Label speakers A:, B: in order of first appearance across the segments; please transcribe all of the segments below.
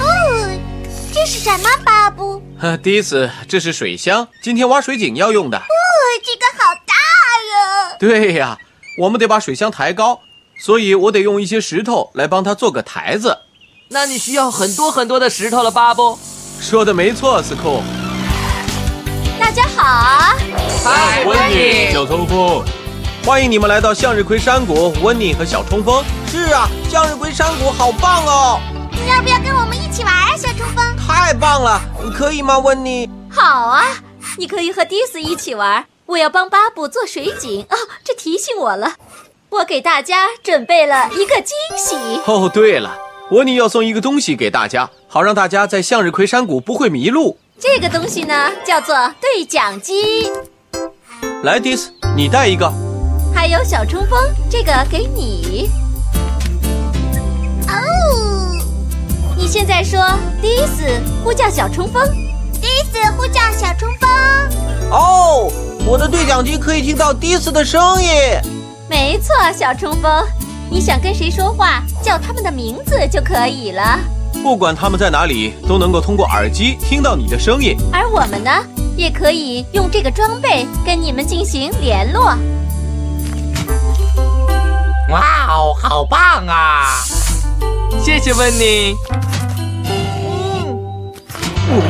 A: 哦，这是什么，巴布？哦，
B: 呃，第一次，这是水箱，今天挖水井要用的。
A: 这个好大呀！
B: 对呀，我们得把水箱抬高，所以我得用一些石头来帮它做个台子。
C: 那你需要很多很多的石头了，巴布。
B: 说的没错，司库。
A: 大家好啊，
C: 嗨
B: 小冲锋，欢迎你们来到向日葵山谷，温妮和小冲锋。是啊，向日葵山谷好棒哦，
A: 你要不要跟我们一起玩啊，小冲锋？
B: 太棒了！可以吗，温妮？
D: 好啊，你可以和迪斯一起玩。我要帮巴布做水井哦，这提醒我了。我给大家准备了一个惊喜，
B: 哦，对了，温妮要送一个东西给大家，好让大家在向日葵山谷不会迷路。
D: 这个东西呢叫做对讲机，
B: 来，迪斯，你带一个。
D: 还有小冲锋，这个给你。
A: 哦，
D: 你现在说迪斯呼叫小冲锋，
A: 迪斯呼叫小冲锋。
B: 哦，我的对讲机可以听到迪斯的声音。
D: 没错，小冲锋，你想跟谁说话，叫他们的名字就可以了。
B: 不管他们在哪里，都能够通过耳机听到你的声音。
D: 而我们呢，也可以用这个装备跟你们进行联络。
C: 哇哦，好棒啊！谢谢温妮。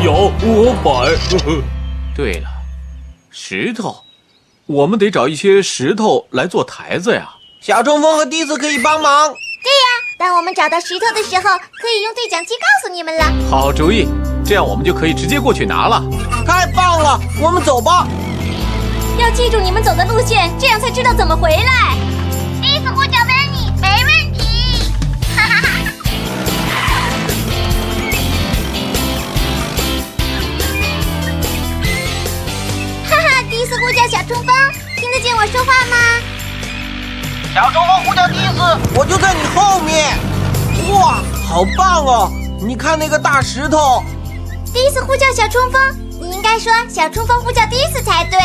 B: 有嗯哦我买。对了，石头，我们得找一些石头来做台子呀。小冲锋和迪斯可以帮忙。
A: 当我们找到石头的时候，可以用对讲机告诉你们了。
B: 好主意，这样我们就可以直接过去拿了。太棒了，我们走吧。
D: 要记住你们走的路线，这样才知道怎么回来。
A: 迪斯呼叫温妮，没问题。哈哈哈。哈哈，迪斯呼叫小冲锋，听得见我说话吗？
E: 小冲锋呼叫迪斯，我就在你后面。哇，好棒哦！你看那个大石头，
A: 迪斯呼叫小冲锋，你应该说小冲锋呼叫迪斯才对。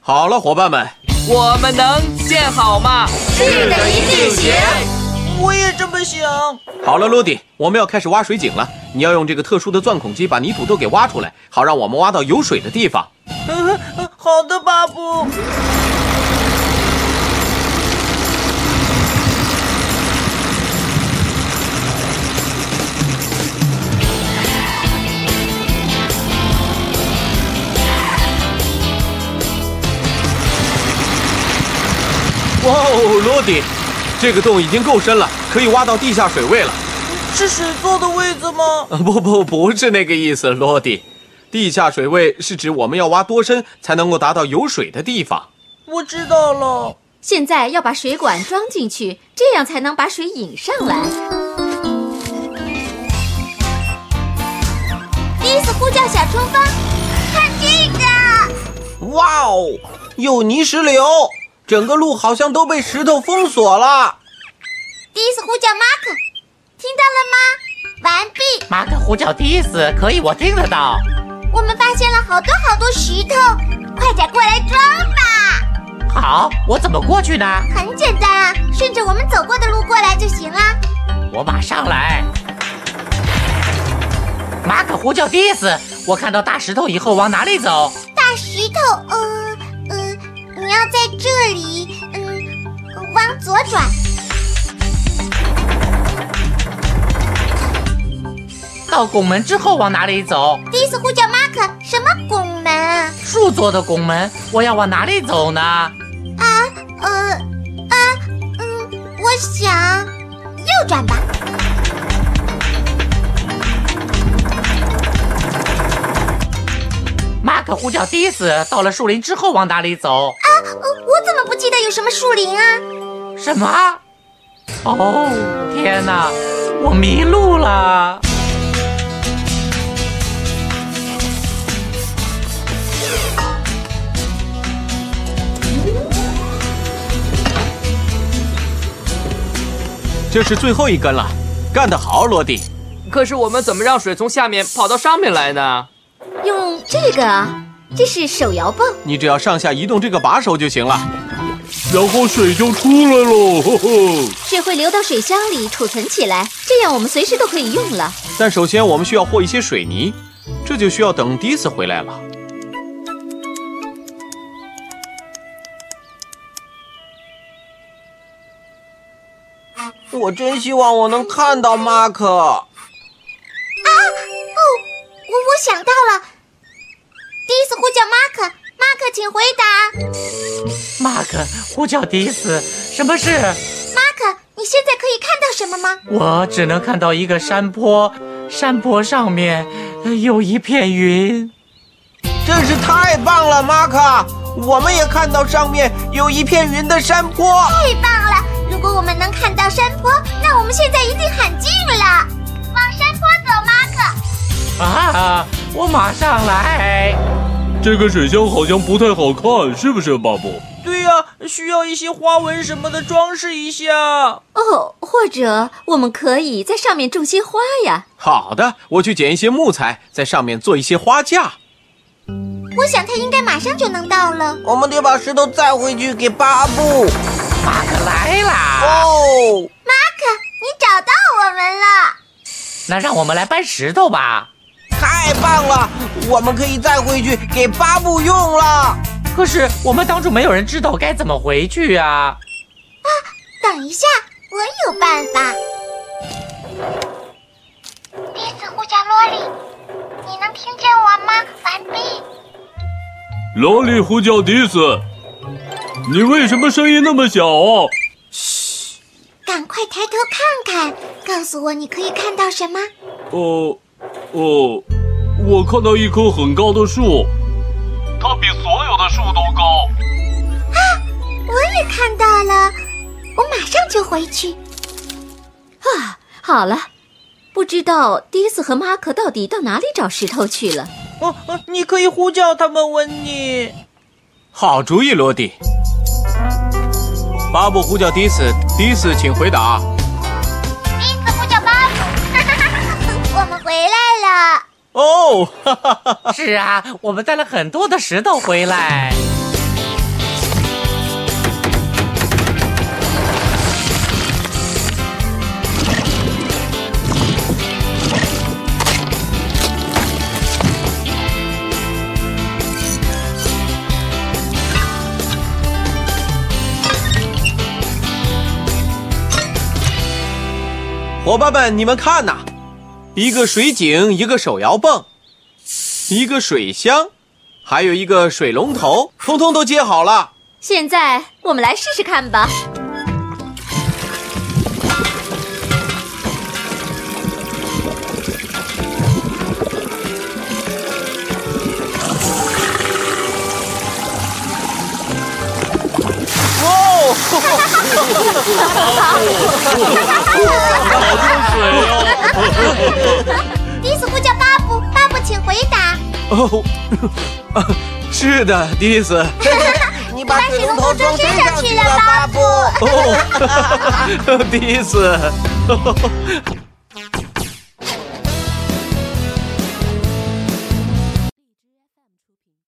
B: 好了，伙伴们，
C: 我们能建好吗？
A: 是的，一定行。
E: 我也这么想。
B: 好了，罗迪，我们要开始挖水井了。你要用这个特殊的钻孔机把泥土都给挖出来，好让我们挖到有水的地方。
E: 嗯，嗯好的，巴布。
B: 哇哦，罗迪，这个洞已经够深了，可以挖到地下水位了。
E: 是水做的位子吗？
B: 呃不不，不是那个意思，罗迪。地下水位是指我们要挖多深才能够达到有水的地方。
E: 我知道了。
D: 现在要把水管装进去，这样才能把水引上来。
A: 迪斯呼叫小冲锋，看这个，
E: 哇哦，有泥石流，整个路好像都被石头封锁了。
A: 迪斯呼叫马可，听到了吗？完毕。
F: 马克胡叫迪斯，可以，我听得到。
A: 我们发现了好多好多石头，快点过来装吧！
F: 好，我怎么过去呢？
A: 很简单啊，顺着我们走过的路过来就行了。
F: 我马上来。马可胡叫迪斯，我看到大石头以后往哪里走？
A: 大石头，呃呃，你要在这里，嗯，往左转。
F: 到拱门之后往哪里走？
A: 迪斯呼叫马可，什么拱门啊？
F: 树做的拱门，我要往哪里走呢？
A: 呃啊，嗯，我想右转吧。啊
F: 马可呼叫迪斯，到了树林之后往哪里走？
A: 啊，呃，我怎么不记得有什么树林啊？
F: 什么？哦，天哪，我迷路了。
B: 这是最后一根了，干得好，罗迪。
C: 可是我们怎么让水从下面跑到上面来呢？
D: 用这个啊，这是手摇泵。
B: 你只要上下移动这个把手就行了，然后水就出来喽。呵呵
D: 水会流到水箱里储存起来，这样我们随时都可以用了。
A: 啊
B: 但首先我们需要和一些水泥，这就需要等迪斯回来了。
E: 我真希望我能看到马克。
A: 哦我我想到了，第一次呼叫马克，马克，请回答。
F: 马克呼叫迪斯，什么事？
A: 马克，你现在可以看到什么吗？
F: 我只能看到一个山坡，山坡上面呃有一片云。
E: 真是太棒了，马克！我们也看到上面有一片云的山坡。
A: 太棒了！如果我们能看到山坡，那我们现在一定很近了。往山坡走，马克。
F: 啊，我马上来。
G: 这个水箱好像不太好看，是不是，巴布？
E: 对呀、需要一些花纹什么的装饰一下。
D: 哦，或者我们可以在上面种些花呀。
B: 好的，我去捡一些木材，在上面做一些花架。
A: 我想他应该马上就能到了。
E: 我们得把石头载回去给巴布。
F: 马克来啦！
E: 哦，
A: 马克，你找到我们了。
F: 那让我们来搬石头吧。
E: 太棒了！我们可以载回去给巴布用了。
F: 可是我们当初没有人知道该怎么回去啊。
A: 等一下，我有办法。第一次呼叫萝莉，你能听见我吗？完毕。
G: 萝莉呼叫迪斯，你为什么声音那么小啊？
A: 赶快抬头看看，告诉我你可以看到什么？
G: 哦，哦，我看到一棵很高的树，它比所有的树都高。
A: 我也看到了，我马上就回去。
D: 啊，好了，不知道迪斯和马克到底到哪里找石头去了。
E: 哦，哦你可以呼叫他们吻你。
B: 好主意，罗迪。巴布呼叫迪斯，迪斯，请回答。
A: 第一次呼叫巴布，我们回来了。
B: 哦，哈哈哈哈
F: 是啊，我们带了很多的石头回来。
B: 伙伴们，你们看呐，一个水井，一个手摇泵，一个水箱，还有一个水龙头，通通都接好了。
D: 现在我们来试试看吧。
G: 好多 水啊！
A: 第一次呼叫巴布，巴布，请回答。
B: 哦， 啊是的，迪斯。
E: 你把水龙头装身上去了，巴布。
B: 哦，迪斯。